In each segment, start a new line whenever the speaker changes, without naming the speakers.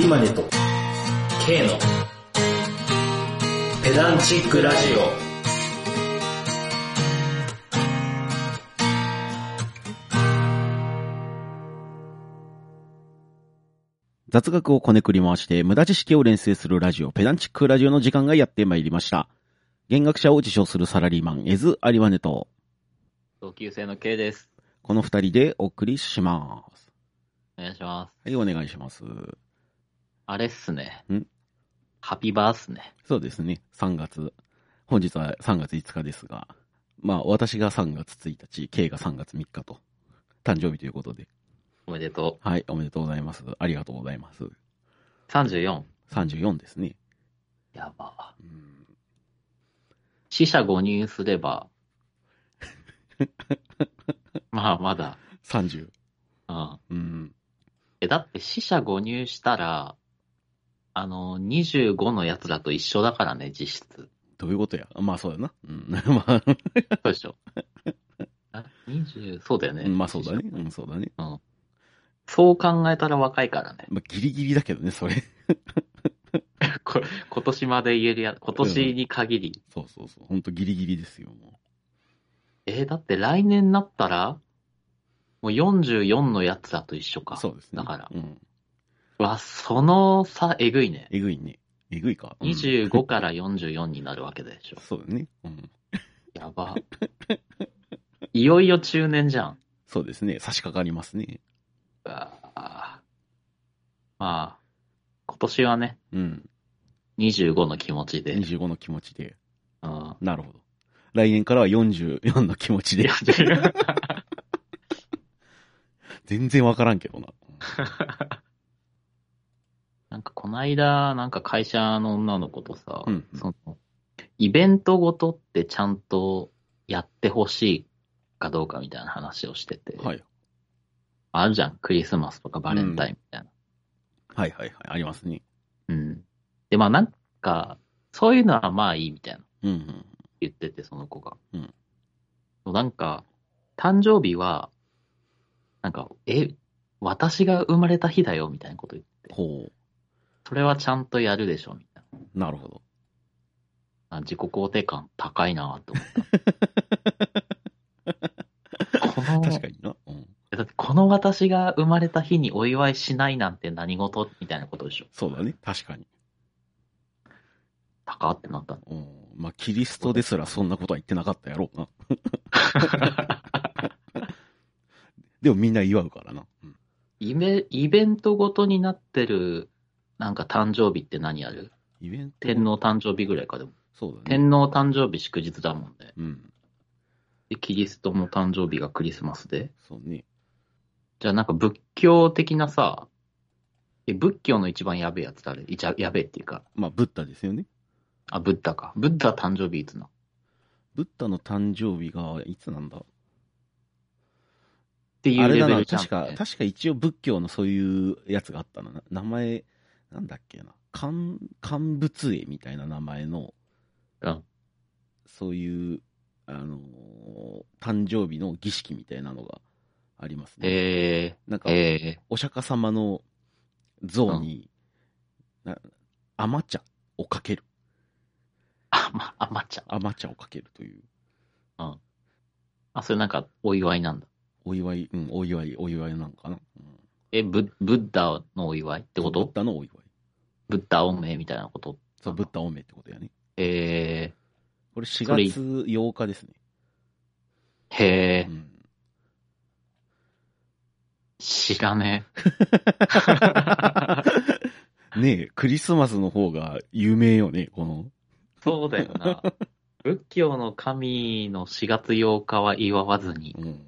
有馬ネと K のペダンチックラジ
雑学をこねくり回して無駄知識を練成するラジオ、ペダンチックラジオの時間がやってまいりました。弦楽者を自称するサラリーマン、エズ・アリワネと、
同級生の K です。
この二人でお送りします。
お願いします。
はい、お願いします。
あれっすね。
ん
ハピバーっすね。
そうですね、3月。本日は3月5日ですが、まあ私が3月1日、K が3月3日と、誕生日ということで、
おめでと
はい、おめでとうございます。ありがとうございます。
う。34。
34ですね。
やば。
うん
死者5人す れば。まあ、まだ。
30。
うん。
うん。
え、だって死者5入したら、あの、25の奴らと一緒だからね、実質。
どういうことやまあそうだな。うん。 まあ、
そうで しょ。あ20、そうだよね。
まあそうだね。うん、そうだね。
そう考えたら若いからね。
まあ、ギリギリだけどね、それ。
こ今年まで言えるや、今年に限り。
そうそうそう。ほんとギリギリですよ、も
えーだって来年になったら、もう44のやつらと一緒
う。
か。
そうですね。
だから。
うん。
わ、その差、えぐいね。
えぐいね。えぐいか。うん
25から44になるわけでしょ。
そうだね。うん。
やば。いよいよ中年じゃん。
そうですね。差し掛かりますね。
うわまあ、今年はね、
うん。
25の気持ちで。
25の気持ちで。
うん。
なるほど。来年からは44の気持ち
い
で
や。で
全然わからんけどな。
なんかこないだ、なんか会社の女の子とさ、
うん
その、イベントごとってちゃんとやってほしいかどうかみたいな話をしてて、
はい。
あるじゃん、クリスマスとかバレンタインみたいな。
はいはいはい。ありますね。
うん。で、まあなんか、そういうのはまあいいみたいな
うんうん。
言ってて、その子が。
うん
なんか、誕生日は、なんか、え、私が生まれた日だよみたいなこと言って、
ほ
それはちゃんとやるでしょみたいな。
う。なるほど。
あ自己肯定感高いなと思 った。この
確かにな。うん。
だってこの私が生まれた日にお祝いしないなんて何事みたいなことでしょ。
そうだね。確かに。
高ってなったの。
うん。まあ、キリストですらそんなことは言ってなかったやろうな。 でもみんな祝うからな。うん
イベイベントごとになってる、なんか誕生日って何ある
イベント。
天皇誕生日ぐらいかでも。
そうだね。
天皇誕生日祝日だもんね。
うん。
で、キリストの誕生日がクリスマスで。
そうね。
じゃあなんか仏教的なさ、え仏教の一番やべえやつ誰いちゃやべえっていうか、
まあ、ブッダですよね。
あ、ブッダか。ブッダ誕生日いつな
ブッダの誕生日がいつなんだ
ってい
あ
う
れ
レ
だ
ベ
な、
ルじゃん、
確か、確か一応仏教のそういうやつがあったな。な名前、なんだっけな。漢、漢仏絵みたいな名前の、
うん
そういう、あのー誕生日の儀式みたいなのがありますね。
え
なん
ー、
か、
え
お釈迦様の像に、な甘茶をかける。
ー、あ、ま、あ、まっちゃん。
甘茶をかけるという。
あ、それなんかお祝いなんだ。
お祝い、うん、お祝い、お祝いなのかな。うん、っ
え、ブブッダのお祝いってこ
ブッ
と
ダのお祝い。
ブッダおめみたいなこと
そう、ブッダおめってことやね。
え
これ4
それ
月8日ですね。
ー、へ
う
ー、
ん、
知らねえ。
ねえ、クリスマスの方が有名よね、この。
そうだよな。仏教の神の4月8日は祝わずに、
うん。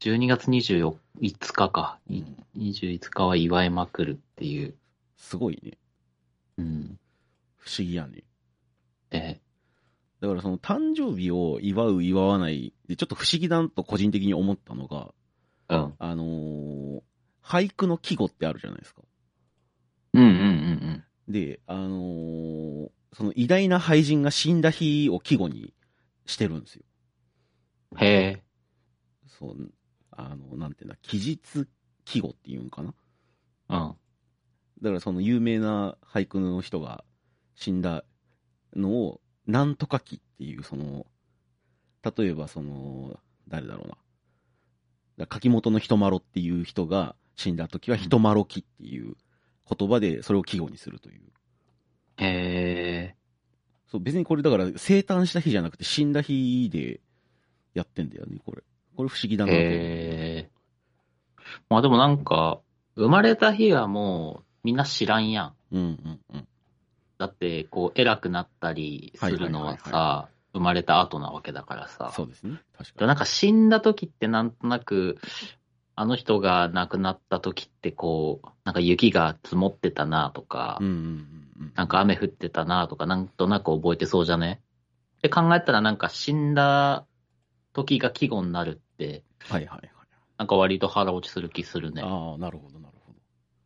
12月25日か、
う
い
ん
25日は祝いまくるっていう。
すごいね。
うん。
不思議やね。
え
だからその誕生日を祝う、祝わないで、ちょっと不思議だなと個人的に思ったのが、
ー、うん。
あのー俳句の季語ってあるじゃないですか。
うんうんうん
で、あのーその偉大な俳人が死んだ日を季語にしてるんですよ。
うん。へ
そう、あの、なんていうんだ、期日季語っていうんかな。
ー、うん。
だからその有名な俳句の人が死んだのを、なんとか期っていう、その、例えばその、誰だろうな。だから柿本の人まろっていう人が死んだ時は、人まろ期っていう言葉でそれを季語にするという。
へえ。
そう、別にこれだから生誕した日じゃなくて死んだ日でやってんだよね、これ。これ不思議だなと思って
へえ。まあでもなんか、生まれた日はもうみんな知らんやん。
うんうんうん。
だって、こう、偉くなったりするのは
はいはい
さ、生まれた後なわけだからさ。
そうですね。確
で
かに。
なんか死んだ時ってなんとなく、あの人が亡くなった時ってこう、なんか雪が積もってたなとか、
うんうんうんうん。
なんか雨降ってたなとか、なんとなく覚えてそうじゃねって考えたらなんか死んだ時が季語になるって、
はいはいはい。
なんか割と腹落ちする気するね。
ああ、なるほどなるほ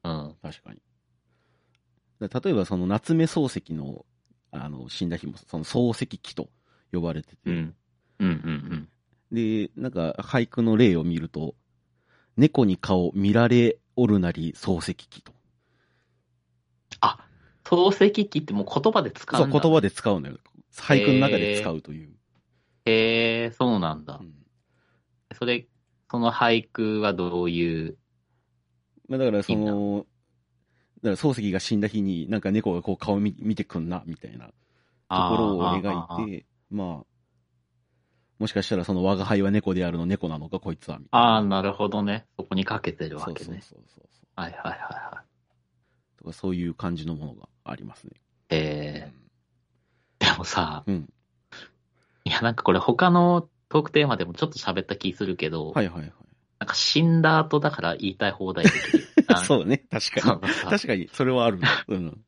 ど。
うん。
確かに。だ例えばその夏目漱石のあの死んだ日も、その漱石期と呼ばれてて、
うん。うんうん
で、なんか俳句の例を見ると、猫に顔見られおるなり漱石期と。
うん。漱石期ってもう言葉で使
そうう、
ん
言
だ。
葉で使うのよ。俳句の中で使うという。
へえ、そうなんだ
う。ん
それ、その俳句はどういう、
まあ、だからそ
いい
の、だから漱石が死んだ日になんか猫がこう顔見見てくんな、みたいなところを
あー
描いて、まあ、もしかしたらその我が輩は猫であるの猫なのかこいつは、みたいな。
ああ、なるほどね。そこにかけてるわ
そう
け
そう
ね。
そうそうそう。
はいはいはいはい。
とかそういう感じのものがありますね。
えー、でもさ、
うん。
いやなんかこれ他のトークテーマでもちょっと喋った気するけど、
はいはいはい。
なんか死んだ後だから言いたい放 題できる。なん
そうね。確
そ
か
う
に。確かに、それはある。うん。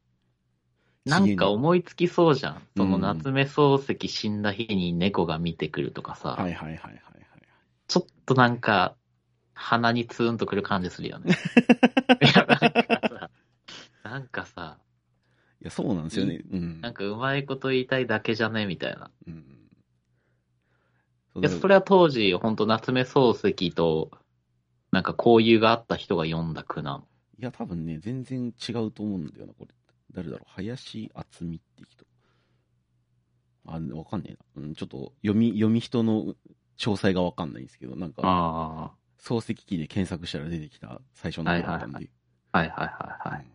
なんか思いつきそうじゃん。その
うん
夏目漱石死んだ日に猫が見てくるとかさ、
はいはいはいはいはい。
ちょっとなんか鼻にツーンとくる感じするよ ね。いやなんかさ、なんかさ、
いや、そうなんですよね。うん。
なんかうまいこと言いたいだけじゃねみたいな。
うん。
いや、それは当時、本当夏目漱石と、なんか交友があった人が読んだ句なの。
いや、多分ね、全然違うと思うんだよな、これ。誰だろう林厚美って人。あ、わかんねえな。うん、ちょっと、読み、読み人の詳細がわかんないんですけど、なんか、
あ
漱石記で検索したら出てきた最初の方だったんで。
はあ。はいはいはいはい。
うん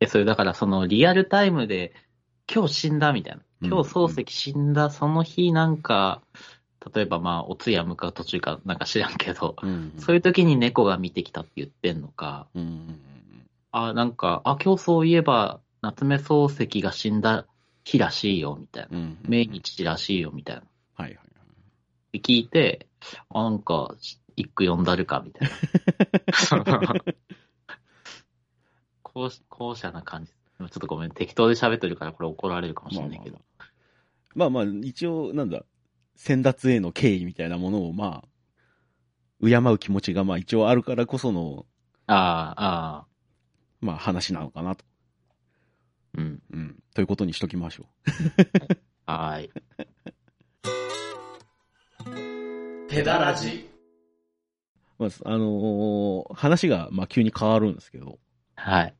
え、それだからそのリアルタイムで、今日死んだみたいな。今日漱石死んだ、その日なんか、例えばまあ、お通夜向かう途中かなんか知らんけど、
うんうん
そういう時に猫が見てきたって言ってんのか、
うんうんうん
あ、なんか、あ、今日そういえば、夏目漱石が死んだ日らしいよ、みたいな。
うんうんうんうん
命日らしいよ、みたいな。
はいはいはい。
って聞いて、あなんか、一句読んだるか、みたい な。後後者な感じ。ちょっとごめん、適当で喋ってるからこれ怒られるかもしれないけど。
まあまあ、一応、なんだ、先達への敬意みたいなものを、まあ、敬う気持ちが、まあ一応あるからこその、
ああ、ああ、
まあ話なのかなと。
うん。
うん。ということにしときましょ
はーい。
ペダラジ。
う。まあ、あのー話が、まあ急に変わるんですけど、
はい。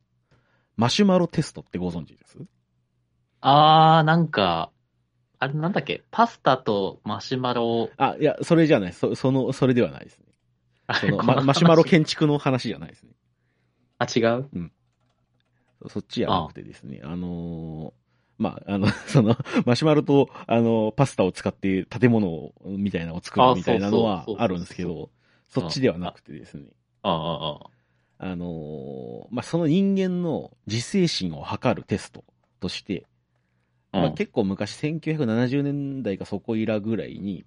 マシュマロテストってご存知です
ああ、なんか、あれなんだっけパスタとマシュマロを、
あ、いや、それじゃない。そ、その、それではないですね。
あ
そ
れ
の、
こ の
まマシュマロ
話
建築の話じゃないですね。
あ、違う
そそっちじゃなくてですね、あのーまあ、あの、 その、マシュマロと、あの、パスタを使って建物をみたいなのを作
あ
るみたいなのは
そうそうそうそう
あるんですけど、
そう
そっちではなくてですね、
ああ、ああ、
あのーまあ、その人間の自制心を測るテストとして、
ああ。
まあ、結構昔、1970年代かそこいらぐらいに、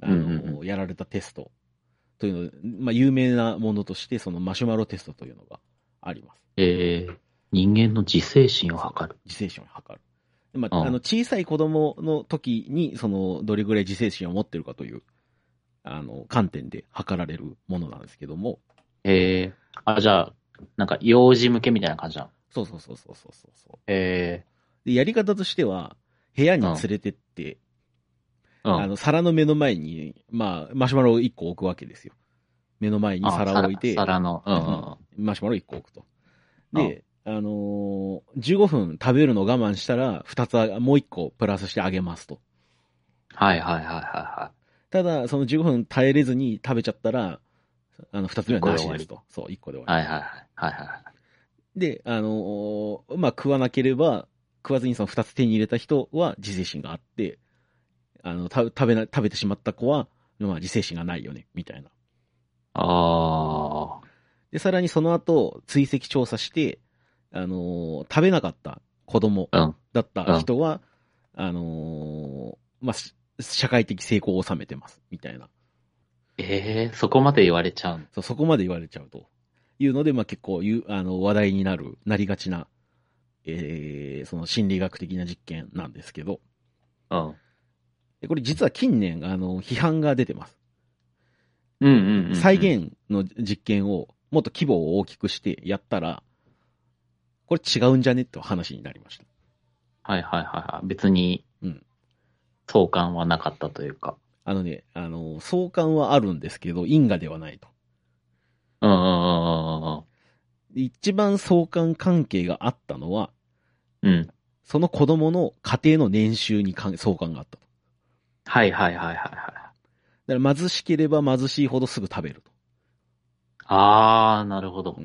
あのー
うんうん
やられたテストというの、まあ、有名なものとして、そのマシュマロテストというのがあります。
えー、人間の自制心を測る。
自制心を測る。でまあ、
うん
あの小さい子供の時に、その、どれぐらい自制心を持ってるかという、あの、観点で測られるものなんですけども、
えー、あ、じゃあ、なんか幼児向けみたいな感じなの
そうそうそうそうそうそうそう
え
で、やり方としては、部屋に連れてって、
ー、うん
あの、皿の目の前に、まあ、マシュマロを1個置くわけですよ。目の前に皿を置いて、
皿皿の、うんうんうん。
マシュマロ1個置くと。
うん
で、あのー15分食べるの我慢したら、2つあ、もう1個プラスしてあげますと。
はいはいはいはいは
ただ、その15分耐えれずに食べちゃったら、あの、2つ目はなしですと。そう、1個で終
い。
わ
はいはいはいはいはい。
り。で、あのーまあ、食わなければ、食わずにその2つ手に入れた人は自制心があって、あの、た食べな、食べてしまった子は、まあ、自制心がないよね、みたいな。
ああ。
で、さらにその後、追跡調査して、あのー食べなかった子供
うん
だった人は、あのーまあ、し社会的成功を収めてます、みたいな。
ええそこまで言われちゃうの
そうそこまで言われちゃうと。いうので、まあ、結構ゆ、あの、話題になる、なりがちな、えーその心理学的な実験なんですけど、
うん。
でこれ実は近年、あの、批判が出てます。
うんうんうんうん。
再。現の実験を、もっと規模を大きくしてやったら、これ違うんじゃねと話になりました。
はいはいはいはい。別に
うん、
相関はなかったというか。
あのね、あの、相関はあるんですけど、因果ではないと。
うんうんうん
一番相関関係があったのは、
うんうん。うん。
その子供の家庭の年収に関相関があったと。
はいはいはいはいは
だ
い。
から貧しければ貧しいほどすぐ食べると。
ああ、なるほど。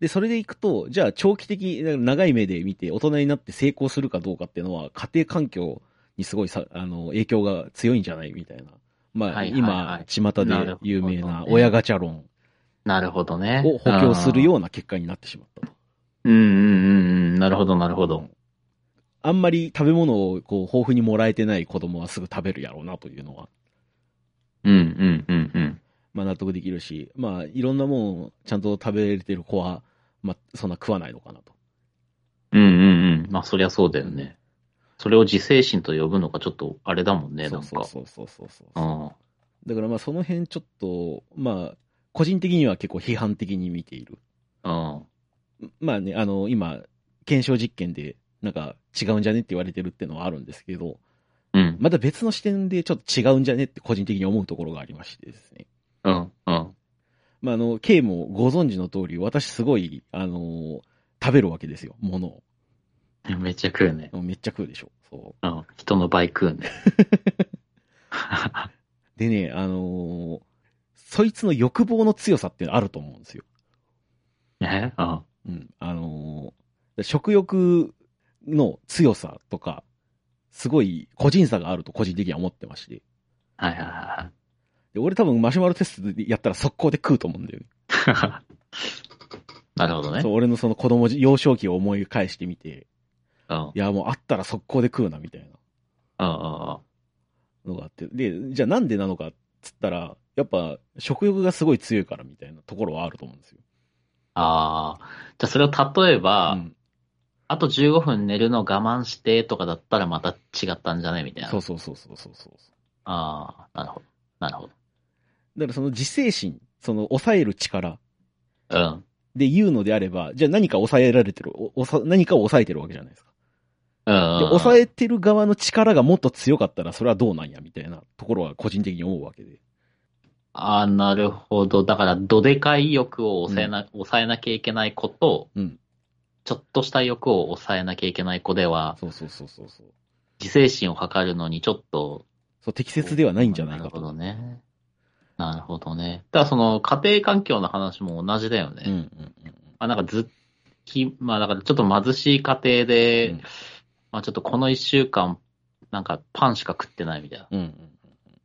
で、それでいくと、じゃあ長期的、長い目で見て大人になって成功するかどうかっていうのは、家庭環境にすごいさ、あの、影響が強いんじゃないみたいな。まあ、
はいはい
今、巷
なる
で
ほどね
有名な親ガチャ論
なるほどね。
を補強するような結果になってしまったと。
うん。うんうんうんうん。なるほどなるほど。
あんまり食べ物をこう豊富にもらえてない子供はすぐ食べるやろうなというのは、
うんうんうんうん。
まあ納得できるし、まあいろんなもんをちゃんと食べれてる子は、まあそんな食わないのかなと。
うんうんうん。まあそりゃそうだよね。それを自制心と呼ぶのがちょっとあれだもんね、
そ
な
うんそう
か。
そうそうそうそう。
うん。
だからまあその辺ちょっと、まあ個人的には結構批判的に見ている。
うん。
まあね、あの今、検証実験でなんか違うんじゃねって言われてるってのはあるんですけど、
うん。
また別の視点でちょっと違うんじゃねって個人的に思うところがありましてですね。
うん。うん。
まあ、あの、K もご存知の通り、私すごい、あのー食べるわけですよ、物を。
めっちゃ食うね。
めっちゃ食うでしょ。そ
うん。人の倍食うね。
う。でね、あのーそいつの欲望の強さっていうのあると思うんですよ。
ねうん。
うん。あのー食欲の強さとか、すごい個人差があると個人的には思ってまして。
はいはいは
で俺多分マシュマロテストでやったら速攻で食うと思うんだよね。
いはい。なるほどね。
そう、俺のその子供じ幼少期を思い返してみて、
うん。うん
いや、もうあったら速攻で食うな、みたいな。
うん
のがあって、で、じゃあなんでなのかっつったら、やっぱ食欲がすごい強いからみたいなところはあると思うんですよ。
ああ。じゃあそれを例えば、
うん
あと15分寝るの我慢してとかだったらまた違ったんじゃないみたいな。
そうそうそうそうそうそう。
ああ、なるほど。なるほ
だからその自制心、その抑える力
ど。うん。
で言うのであれば、じゃあ何か抑えられてる、おおさ何かを抑えてるわけじゃないですか。
うん、うん。
で、抑
え、
えてる側の力がもっと強かったらそれはどうなんやみたいなところは個人的に思うわけで。
ああ、なるほど。だから、どでかい欲を抑えな、抑えなきゃいけない子と、
うん
ちょっとした欲を抑えなきゃいけない子では、
そうそうそうそうそう。
自制心を図るのにちょっと、
そう、適切ではないんじゃないか
なるほ
と。
どね。なるほどね。だからその家庭環境の話も同じだよね。
うんうんうんうん。
まあなんかずっき、まあだからちょっと貧しい家庭で、
うん
まあちょっとこの一週間、なんかパンしか食ってないみたいな。
うんうん。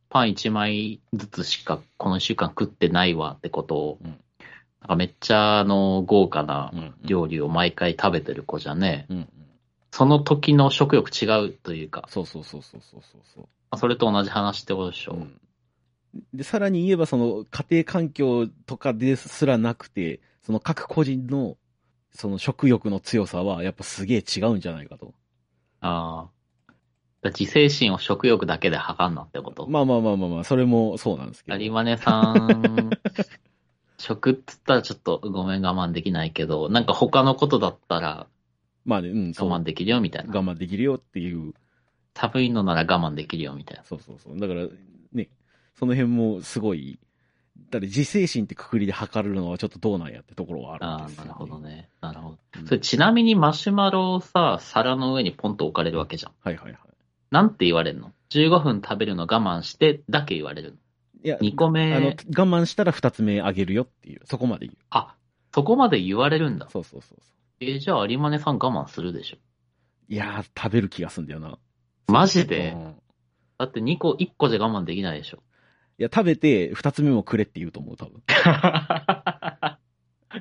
パン一枚ずつしかこの一週間食ってないわってことを、
うん
なんかめっちゃあの豪華な
うんうん
料理を毎回食べてる子じゃね、
うんうん。
その時の食欲違うというか、
そうそうそうそうそうそうそう。
まあそれと同じ話ってことでしょ。
で、さらに言えば、その家庭環境とかですらなくて、その各個人の、その食欲の強さは、やっぱすげえ違うんじゃないかと。
ああ。だ自制心を食欲だけで測んなってこと。
まあまあまあまあまあ、それもそうなんですけど。
有馬根さん、食っつったらちょっとごめん我慢できないけど、なんか他のことだったら
まあね、うん、そう。
我慢
我
できるよみたいな。
慢できるよっていう、
寒いのなら我慢できるよみたいな。
そうそうそう。だから、ね、その辺もすごい、だって自制心ってくくりで測るのはちょっとどうなんやってところはあるん
あ
です
あ、
よ、
なるほど。ね。なるほど。
うん
それちなみにマシュマロをさ、皿の上にポンと置かれるわけじゃん。
はいはいは
なんて言われるの ?15 分食べるの我慢してだけ言われる
い。いや、
の。2個
あの、我
目、
慢したら2つ目あげるよっていう、そこまで言う。
あ、そこまで言われるんだ。
そうそうそうそ
えーじゃあ有馬根さん我慢するでしょ。
う。いやー、食べる気がすんだよな。
マジで
うん
だって2個、1個じゃ我慢できないで しょ。
いや、食べて2つ目もくれって言うと思う、多分。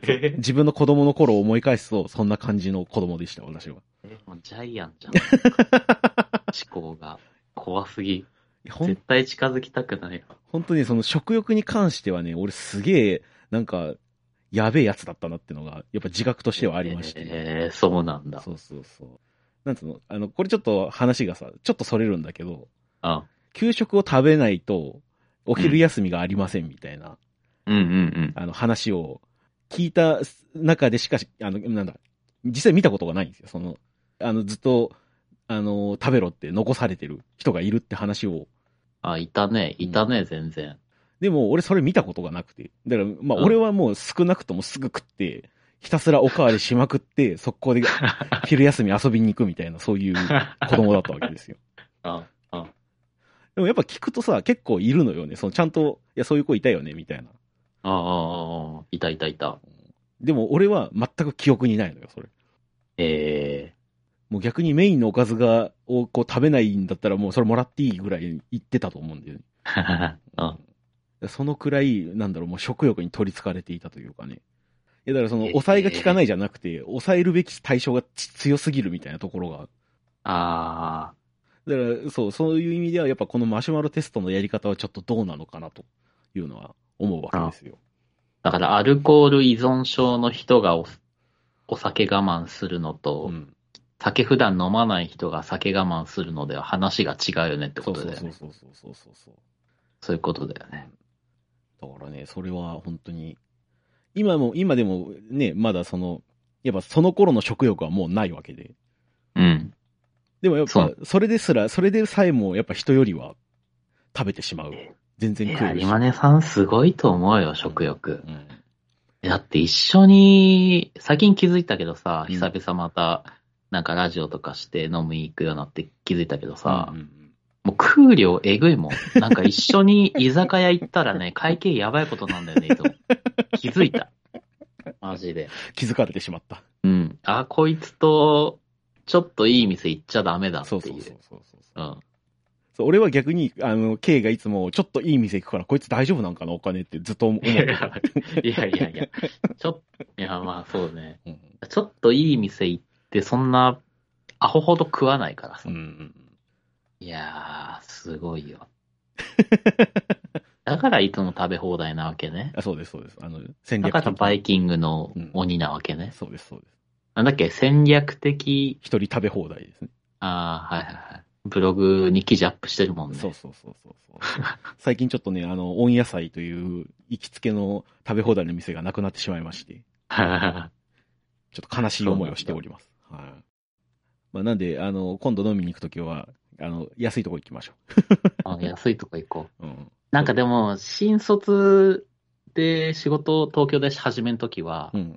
え
自分の子供の頃を思い返すと、そんな感じの子供でした、私は。
もうジャイアン じゃん。思考が怖すぎ。
いやほん
絶対近づきたくないよ。
本当にその食欲に関してはね、俺すげえ、なんか、やべえやつだったなってのが、やっぱ自覚としてはありまして。
えー、そうなんだ。
そうそうそう。なんつうのあの、これちょっと話がさ、ちょっとそれるんだけど、
あ
給食を食べないと、お昼休みがありませんみたいな、
うんうんうん。
あの話を聞いた中でしかし、あの、なんだ、実際見たことがないんですよ。その、あの、ずっと、あの、食べろって残されてる人がいるって話を。
あ、いたね、いたね、全 然。
でも、俺それ見たことがなくて。だから、まあ、
うん
俺はもう少なくともすぐ食って、ひたすらおかわりしまくって、速 攻で昼休み遊びに行くみたいな、そういう子供だったわけですよ。
あ、
でもやっぱ聞くとさ、結構いるのよね。そのちゃんと、いや、そういう子いたよね、みたいな。
ああ、いたいたいた。
でも俺は全く記憶にないのよ、それ。
え
もう逆にメインのおかずが、をこう食べないんだったらもうそれもらっていいぐらい言ってたと思うんだよね。
えー。 あ、
そのくらい、なんだろう、もう食欲に取り憑かれていたというかね。いや、だからその
え、ー
抑えが効かないじゃなくて、抑えるべき対象がち強すぎるみたいなところが。
あ
だから、そう、そういう意味ではやっぱこのマシュマロテストのやり方はちょっとどうなのかなというのは思うわけですよ。
ーだからアルコール依存症の人がおお酒我慢するのと、
うん。
酒普段飲まない人が酒我慢するのでは話が違うよねって
そ
こ
う
と
そ
だ
う
よね。
そうそうそうそうそうそう。
そういうことだよね。
だからね、それは本当に、今も、今でもね、まだその、やっぱその頃の食欲はもうないわけで。
うん。
でもやっ
そ
ぱ
う、
それですら、それでさえもやっぱ人よりは食べてしまう。全然
い
食え
や、
る
有
し。
馬根さんすごいと思うよ、食欲。
うん
だって一緒に、最近気づいたけどさ、
うん
久々また、なんかラジオとかして飲みに行くようになって気づいたけどさ、
うんうん
もう空量えぐいもん。なんか一緒に居酒屋行ったらね、 会計やばいことなんだよね、いつも。気づいた。マジで。
気づかれてしまった。
うん。あ、こいつと、ちょっといい店行っちゃダメだって
そ
いう。
うそうそうそうそう
う。
そうん そう俺は逆に、あの、K がいつも、ちょっといい店行くから、こいつ大丈夫なんかな、お金ってずっ と思っ
いや
て
い
た。
やいやいや、ちょっと、いやまあそうね。
うん
ちょっといい店行って、そんな、アホほど食わないからさ
うんう。ん
いやー、すごいよ。だからいつも食べ放題なわけね。
あそうです、そうです。あの、戦
だ
略
から
的
バイキングの鬼なわけね。
そうです、そうです。
なんだっけ、戦略的、
一人食べ放題ですね。
あー、はいはいはい。ブログに記事アップしてるもんね。
そうそうそうそうそう。最近ちょっとね、あの、温野菜という行きつけの食べ放題の店がなくなってしまいまして、ちょっと悲しい思いをしております。はい、まあ、なんで、あの、今度飲みに行くときは、あの、安いとこ行きましょ
あ安いとこ行こう。
う。うん。
なんかでも、新卒で仕事を東京で始めるときは、
うんうん。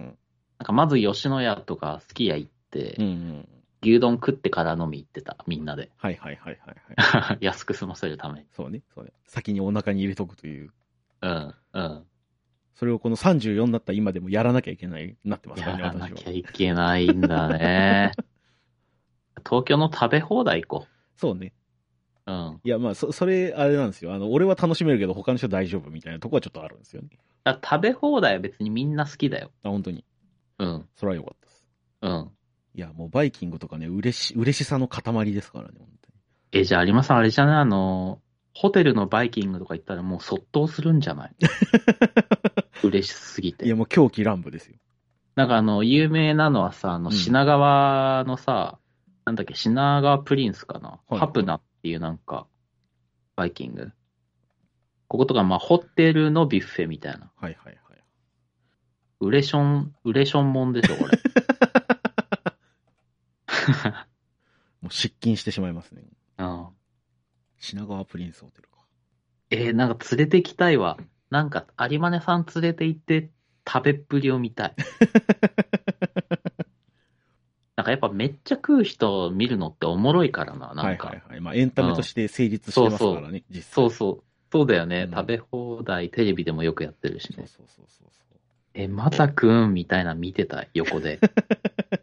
なんかまず吉野家とかすき家行って、
うんうん。
牛丼食ってから飲み行ってた、みんなで。
はいはいはいはい、はい。
安く済ませるために。
そうね、そうね。先にお腹に入れとくという、
うん、うん。
それをこの34になった今でもやらなきゃいけない、なってますか
や
らね、
ら
私は
な。きゃいけないんだね。 東京の食べ放題行こ
そうね。
う。うん。
いや、まあ、そ、それ、あれなんですよ。あの、俺は楽しめるけど、他の人大丈夫みたいなとこはちょっとあるんですよね。
だから食べ放題は別にみんな好きだよ。
あ、本当に。
うん、
それは良かったです。
うん。
いや、もうバイキングとかね、嬉し、嬉しさの塊ですからね、本当に。
え、じゃあ、有馬さんあれじゃないあの、ホテルのバイキングとか行ったらもう卒倒するんじゃ ない嬉しすぎて
い。や、もう狂気乱舞ですよ。
なんかあの、有名なのはさ、あ
う
の、
ん
品川のさ、なんだっけ、品川プリンスかな、
はい
ハプナっていうなんか、バイキング。こことか、まあ、ホテルのビュッフェみたいな。
はいはいはい。
ウレション、ウレションもんでしょ、これ。
もう失禁してしまいますね。
うん。
品川プリンスホテルか。
えーなんか連れてきたいわ。なんか、有馬根さん連れて行って、食べっぷりを見たい。 なんかやっぱめっちゃ食う人を見るのっておもろいからな、なんか。
はいはいはい。まあ、エンタメとして成立してますからね、実際。
そうそう。そうだよね、
うん
食べ放題、テレビでもよくやってるし
そう
ね。
そうそうそう
え、またくんみたいな見てた、横で。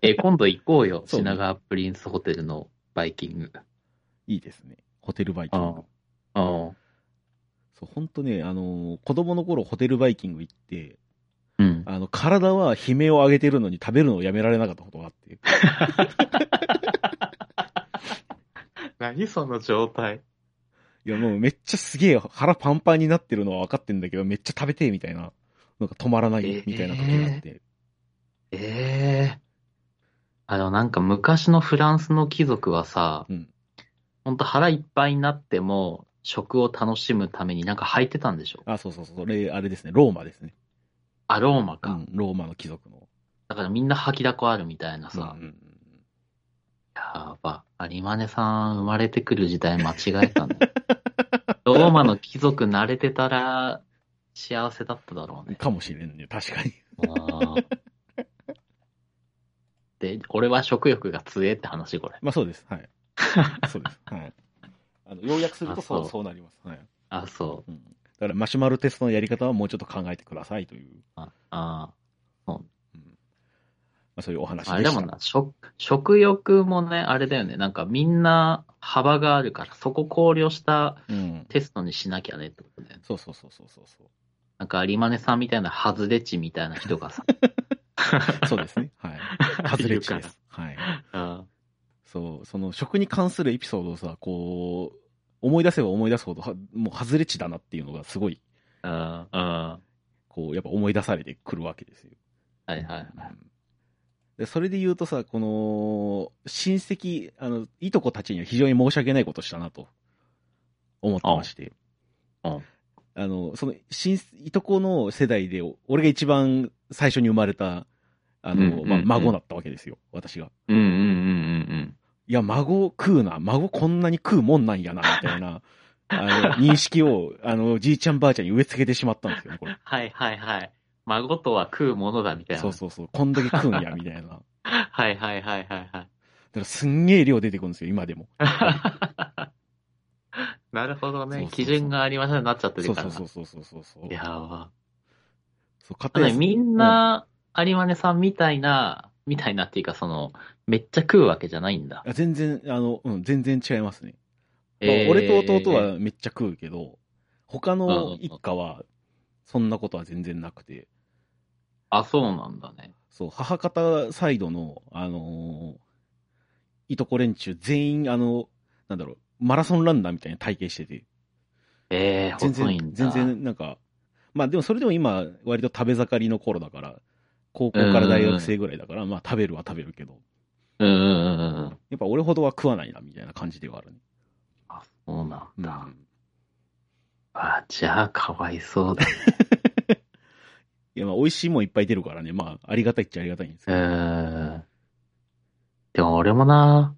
え、今度行こうよ。
そうね
品川プリンスホテルのバイキング。
いいですね。ホテルバイキング
あ。ああ。
そう、本当ね、あのー子供の頃ホテルバイキング行って、
うん。
あの、体は悲鳴を上げてるのに食べるのをやめられなかったことがあって。
何その状態。
いや、もうめっちゃすげえ腹パンパンになってるのは分かってんだけど、めっちゃ食べてえみたいな、なんか止まらないみたいな時があって。
ええあの、なんか昔のフランスの貴族はさ、
うん
ほんと腹いっぱいになっても、食を楽しむためになんか履いてたんでしょ
あ、そうそうそう。それ、あれですね。ローマですね。
アローマ
う
か。
ん、ローマの貴族の。
だからみんな吐きだこあるみたいなさ
う。んうんうん
やば。有馬根さん生まれてくる時代間違えたね。 ローマの貴族慣れてたら幸せだっただろう ね。
かもしれんね。確かに。
あーで、俺は食欲が強えって話、これ。
まあそうです。 はい。そうです。はい。あの、要約するとそ
あ
う、
そう
そうなります。はい。
あ、そう。
うん。だからマシュマロテストのやり方はもうちょっと考えてくださいという、
ああ
まあそういうお話
ー、あ
で
れ
し
だ
た。
もんな、食、食欲もね、あれだよね、なんかみんな幅があるから、そこ考慮した
うん。
テストにしなきゃねってことだよね。
そうそうそうそうそうそ
なんか有馬根さんみたいなハズレ値みたいな 人がさ、
う。そうですね。はい。外れ値
い
で
るか
す。はい。
ら
そう、その食に関するエピソードをさ、こう、思い出せば思い出すほどは、もう外れ値だなっていうのがすごい、
うん、うん、うん。
こう、やっぱ思い出されてくるわけですよ。
はいはい。
うんでそれで言うとさ、この、親戚、あの、いとこたちには非常に申し訳ないことしたなと、思ってまして。
ああ
あの、その、親、いとこの世代で、お俺が一番最初に生まれた、あの、
うんうんうん
まあ、孫だったわけですよ、私が。
うんうんうんうん
いや、孫食うな、孫こんなに食うもんなんやな、みたい な、あの、認識を、あの、じいちゃんばあちゃんに植え付けてしまったんですよね、これ。
はいはいはい。孫とは食うものだみたいな。
そうそうそう、こんだけ食うんや、みたいな。だか
はいはいはいはいはい。
らすんげえ量出てくるんですよ、今でも。
なるほ
そ
ど
うそ
ね
う。そう
基準がありませんになっちゃって
そ
る
う
か
そ
ら
う
な。
そうそうそうそうそう。
やば。
そう、買っ
あ
た
の
や
ね
つ
みんな、有馬根さんみたいな、みたいなっていうか、その、めっちゃ食うわけじゃないんだ。
あ全然、あの、うん、全然違いますね。まあ
えー
俺と弟、はめっちゃ食うけど、他の一家は、そんなことは全然なくて、
あ、そうなんだね。
そう、母方サイドの、あのーいとこ連中全員、あの、なんだろう、マラソンランナーみたいな体型してて、
えー、
全
細いん
然、
だ。
全然、なんか、まあでもそれでも今、割と食べ盛りの頃だから、高校から大学生ぐらいだから、まあ食べるは食べるけど、
うんうんうんうん。
やっぱ俺ほどは食わないな、みたいな感じではあるね。
あ、そうなんだ。
うん
あ、じゃあ、かわいそうだ。
いや、まあ美味しいもんいっぱい出るからね、まあありがたいっちゃありがたいんですけ
う
ど、
ーん。でも俺もな、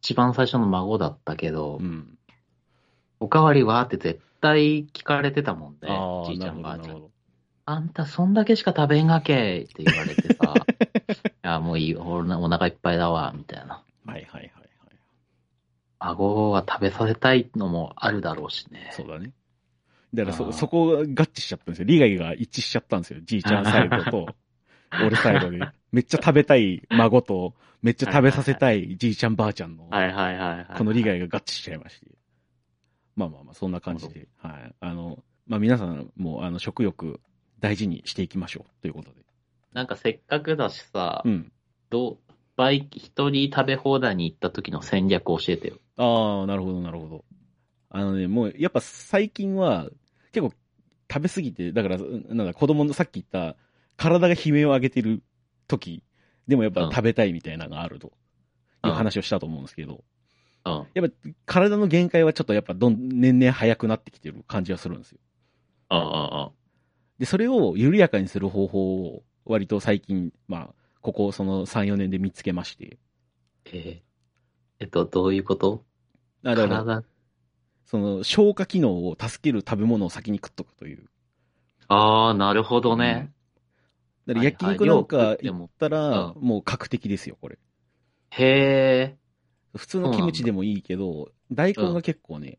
一番最初の孫だったけど、
うん。
おかわりはって絶対聞かれてたもん
あ
ね。
あ
じいち
なる
ゃ
ほど
んばあ
な
ち
る
ゃ
ほ
ん。
ど。
あんたそんだけしか食べんがけって言われ てさ、あもういいよ、俺お腹いっぱいだわ、みたいな。
はいはいはいはい。
孫は食べさせたいのもあるだろうしね。
そうだね。だから
あ
そ、
ー
そこが合致しちゃったんですよ。利害が一致しちゃったんですよ。じいちゃんサイド と、俺サイドで。めっちゃ食べたい孫と、めっちゃ食べさせたいじいちゃんばあちゃんの、
はいはいはいはい。
この利害が合致しちゃいまして。まあまあまあ、そんな感じで。はい。あの、まあ皆さんも、あの、食欲大事にしていきましょう。ということで。
なんかせっかくだしさ、
うん。
どう、バイキ、一人食べ放題に行った時の戦略教えてよ。
ああ、なるほど、なるほど。あのね、もう、やっぱ最近は、結構、食べ過ぎて、だから、なんだ、子供のさっき言った、体が悲鳴を上げてる時でもやっぱ
うん
食べたいみたいなのがあると、いう
うん
話をしたと思うんですけど、
うん。
やっぱ体の限界はちょっとやっぱどん、年々早くなってきてる感じがするんですよ。
うんうん
で、それを緩やかにする方法を、割と最近、まあ、ここその3、4年で見つけまして、
えーえっと、どういうこと
あだから
体、
その消化機能を助ける食べ物を先に食っとくという。
ああ、なるほどね。
だから焼肉なん
はいは
か
い量食っても
行ったら、
う
もう確定ですよ、これ。
へえ。
普通のキムチでもいいけど、大根が結構ね、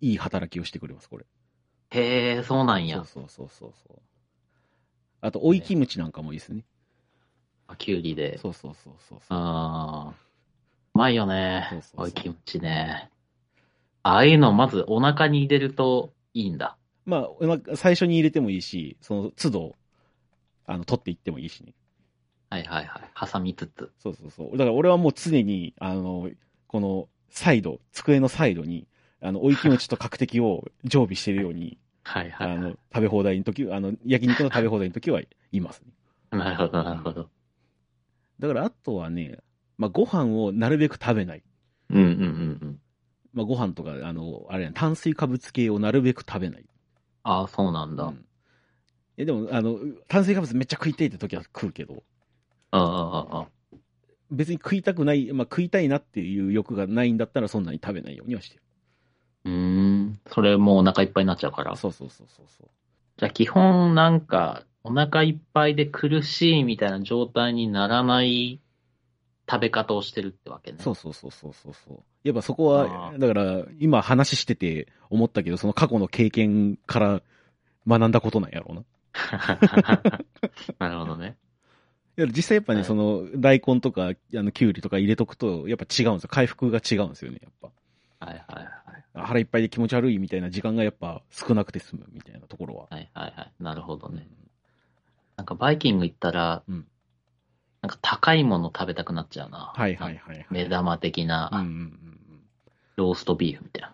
いい働きをしてくれます、これ。
へえ、そうなんや。
そうそうそうそうそう。あと、追いキムチなんかもいいですね。
あキュウリで。
そうそうそうそうそう。
ああ。うまいよね
そうそう。そう
おい、キムチね。ああいうのまずお腹に入れるといいんだ。
まあお腹、最初に入れてもいいし、その都度、あの、取っていってもいいしね。
はいはいはい。挟みつつ。
そうそうそう。だから俺はもう常に、あの、この、サイド、机のサイドに、あの、追いキムチと角的を常備してるように、
はいは
あ
い、は
の、食べ放題の時、あの、焼肉の食べ放題の時はいますね。
い。なるほどなるほど。
だからあとはね、まあ、ご飯をなるべく食べない。
うんうんうんうん。
まあ、ご飯とか、あの、あれやん炭水化物系をなるべく食べない。
ああ、そうなんだ。
う
うん
んえでも、あの、炭水化物めっちゃ食いたいって時は食うけど、
ああ、ああ。
別に食いたくない、まあ、食いたいなっていう欲がないんだったらそんなに食べないようにはしてる。
うーん。それもうお腹いっぱいになっちゃうから。
そうそうそうそうそう。
じゃあ基本なんか、お腹いっぱいで苦しいみたいな状態にならない食べ方をしてるってわけね。。
そううそうそうそうそうそう。やっぱそこ
あ
は、
ー
だから今話してて思ったけど、その過去の経験から学んだことなんやろうな。い
なるほどね。
や実際やっぱね、
はい
その大根とか、あの、きゅうりとか入れとくと、やっぱ違うんですよ。回復が違うんですよね、やっ
はいはいはい。
ぱ。腹いっぱいで気持ち悪いみたいな時間がやっぱ少なくて済むみたいなところは。
はいはいはい。なるほどね。
うん
なんかバイキング行ったら、
うん
なんか高いもの食べたくなっちゃうな。
はいはい
なんか
はいはい。
目玉
うん
的
うん
な
うんうん
ローストビーフみたいな。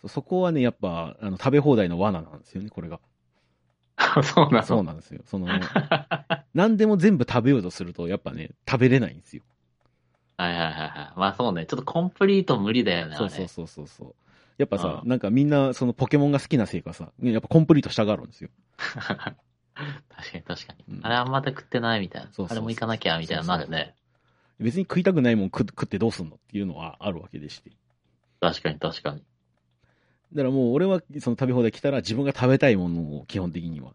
そうそこはね、やっぱ、あの、食べ放題の罠なんですよね、これが。
そうなの
そうなんですよ。その、何でも全部食べようとすると、やっぱね、食べれないんですよ。
はいはいはいはい。まあそうね。ちょっとコンプリート無理だよね。あ
そう
れ
そうそうそうそう。やっぱさ、
うん
なんかみんな、そのポケモンが好きなせいかさ、ねやっぱコンプリートしたがるんですよ。
確かに確かに。
うん
あれあんまだ食ってないみたいな。
そうそうそう
あれも行かなきゃみたいななるね。
別に食いたくないもん食食ってどうすんのっていうのはあるわけでして。
確かに確かに。
だからもう俺はその食べ放題来たら自分が食べたいものを基本的には。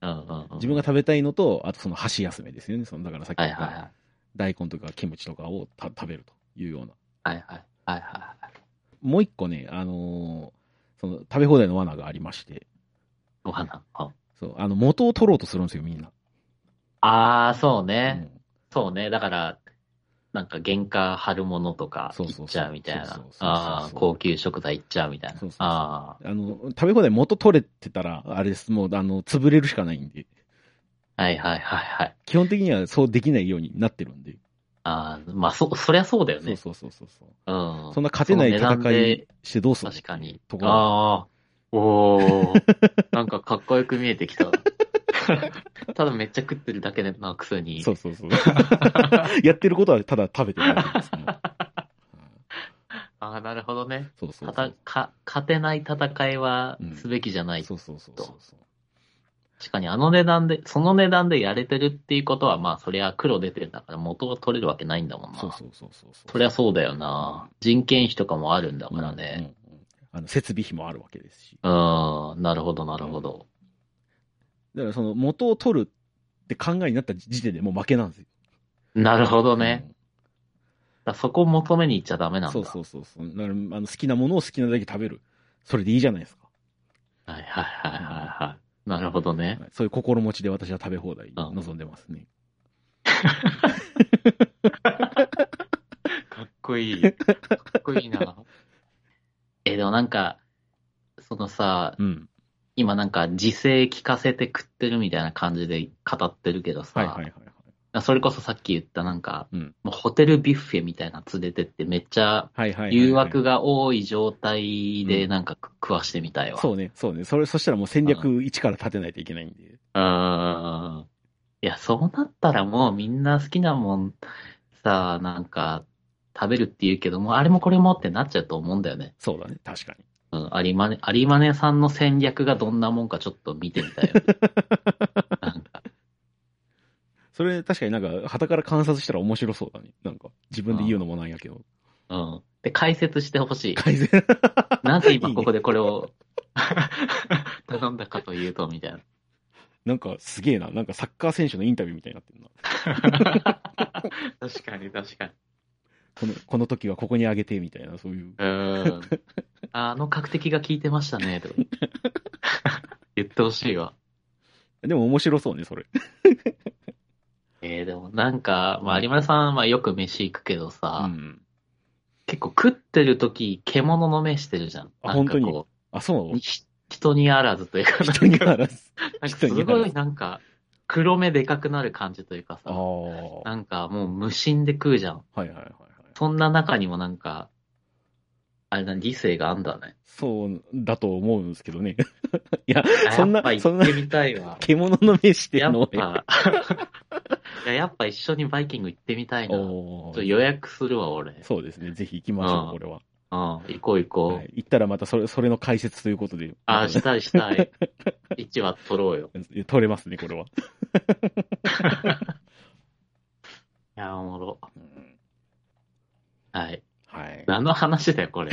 うんうんうん。
自分が食べたいのと、あとその箸休めですよね。そのだからさっき
は
言
い
っ
はい
た大根とかキムチとかをた食べるというような。
はい。はいはい。はいは
もう一個ね、あのーその食べ放題の罠がありまして、
い。ご飯の。
そう、あの元を取ろうとするんですよ、みんな。
ああ、そう
う
ね。
ん
そうね。だから、なんか原価張るものとか
そうそうそう
行っちゃうみたい
そうそう
な
そう。そう
ああ、高級食材行っちゃうみたいな
そうそう。そう
あ
あの、食べ放題元取れてたら、あれです、もう、あの、潰れるしかないんで、
あ。はいはいはいはい。
基本的にはそうできないようになってるんで。
ああ、まあそ、そりゃそうだよ
そう
ね。
そうそうそうそう。
うん
そんな勝てない
その値段
戦
で
いしてどうするの
確かに
と。か、
ああ。お ーなんかかっこよく見えてきた。ただめっちゃ食ってるだけでなくせに。
そう そうそう。やってることはただ食べてるだけですね。
ああ、なるほどね。
そうそう
た
そ
た
う。
か勝てない戦いはすべきじゃない。
そうそうそうそうそう。
確かにあの値段で、その値段でやれてるっていうことは、まあそりゃ黒出てるんだから元が取れるわけないんだもんな。
そうそうそうそうそう。
そりゃそうだよな。人件費とかもあるんだ
うん、
からね。
うんうんあの、設備費もあるわけですし。
うん、なるほど、なるほど。
だからその元を取るって考えになった時点でもう負けなんですよ。
なるほどね。だからそこを求めに行っちゃダ
う。
メなんんだ。
そうそうそうそう。だからあの好きなものを好きなだけ食べる。それでいいじゃないですか。
はいはいはいはいはい。なるほどね。
はいそういう心持ちで私は食べ放題望んでますね。
かっこいい。かっこいいな。 え、でもなんか、そのさ、
うん。
今なんか自制聞かせて食ってるみたいな感じで語ってるけどさ、
はいはいはいはい。
それこそさっき言ったなんか、
うん
もうホテルビュッフェみたいな連れてってめっちゃ
はいはいはいはい。
誘惑が多い状態
う
で
ん
なんか食わしてみたいわ。
そうね、そうね。それ、そしたらもう戦略一から立てないといけないんで。
うーん。いや、そうなったらもうみんな好きなもんさ、なんか食べるって言うけども、あれもこれもってなっちゃうと思うんだよね。
そうだね、確かに。
うん、有馬ね、有馬ねさんの戦略がどんなもんかちょっと見てみたいよね。なんか
それ、確かになんか、旗から観察したら面白そうだね。なんか、自分で言うのもなんやけど。
うん。で、解説してほしい。
改善。
なぜ今ここでこれを頼んだかというと、みたいな。
なんかすげえな。なんかサッカー選手のインタビューみたいになってるな。
確かに、確かに。
この、この時はここにあげて、みたいな、そういう。
うーん。あの角的が効いてましたね、とか言ってほしいわ。
でも面白そうね、それ。
えー、でもなんか、まあ、有村さんはよく飯行くけど
う
さ、
ん。
結構食ってる時、獣の目してるじゃん。
あ
なんか
本
こ
あ、そう
う、ひ人にあらずというか、なん か
人にあらず。
なんかす
人にあら
ご
ず
いなんか、黒目でかくなる感じというか
ああ。
さ、
は
なんかもう無心で食うじゃん。
いはいはいはい。
そんな中にもなんか、あれだ、理性があんだね。
そうだと思うんですけどね。 いや、そんな
やっぱ、
そん
行っ
な
てみたいわ。
獣の目して
や
んの
っぱ、いややっぱ一緒にバイキング行ってみたいな。ちょ
お
っ
ー
と予約するわ、俺。うん、
そうですね。ぜひ行きましょ
う
う、
ん
これは。
行こう行こう。
はい、行ったらまたそれ、それの解説ということで。
あ、したいしたい。一話取ろうよ。
取れますね、これは。
いや、おもろ。
うん
はい。
はい。
何の話だよ、これ。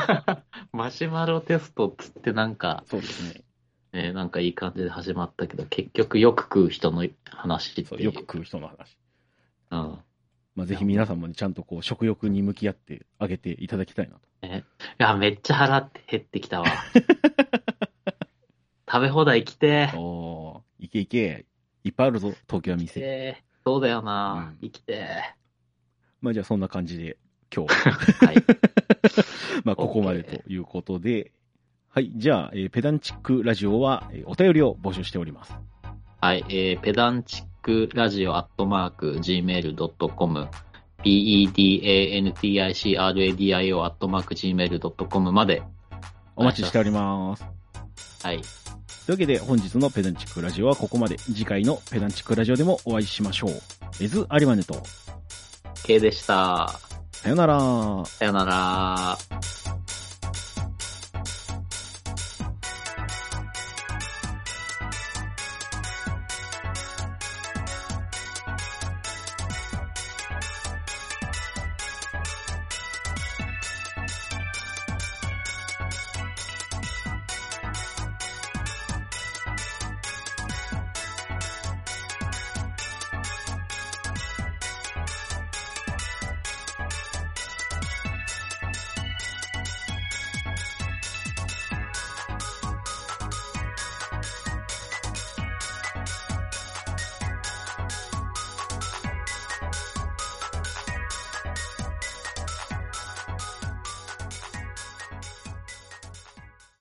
マシュマロテストっつってなんか、
そうですね。
えーなんかいい感じで始まったけど、結局よく食う人の話って
そう
いう。
よく食う人の話。
うん。
まあ、ぜひ皆さんもねちゃんとこう食欲に向き合ってあげていただきたいなと。
いや、めっちゃ腹って減ってき たわ。食べ放題来て
おおーいけいけ。いっぱいあるぞ、東京は
ー。
店。
えーそうだよな
うん。
生きて
まあじゃあそんな感じで、今日 は、
ー。はい。
まあここまでということで、はい、じゃあ、えーペダンチックラジオは、えーお便りを募集しております。
はい、えー、ペダンチックラジオアットマーク gmail.com、pedanticradio アットマーク gmail.com まで、
お待ちしております。
はい、
というわけで本日のペダンチックラジオはここまで。次回のペダンチックラジオでもお会いしましょう。エズ・アリマネと、
K でした。
さよなら。
さよなら。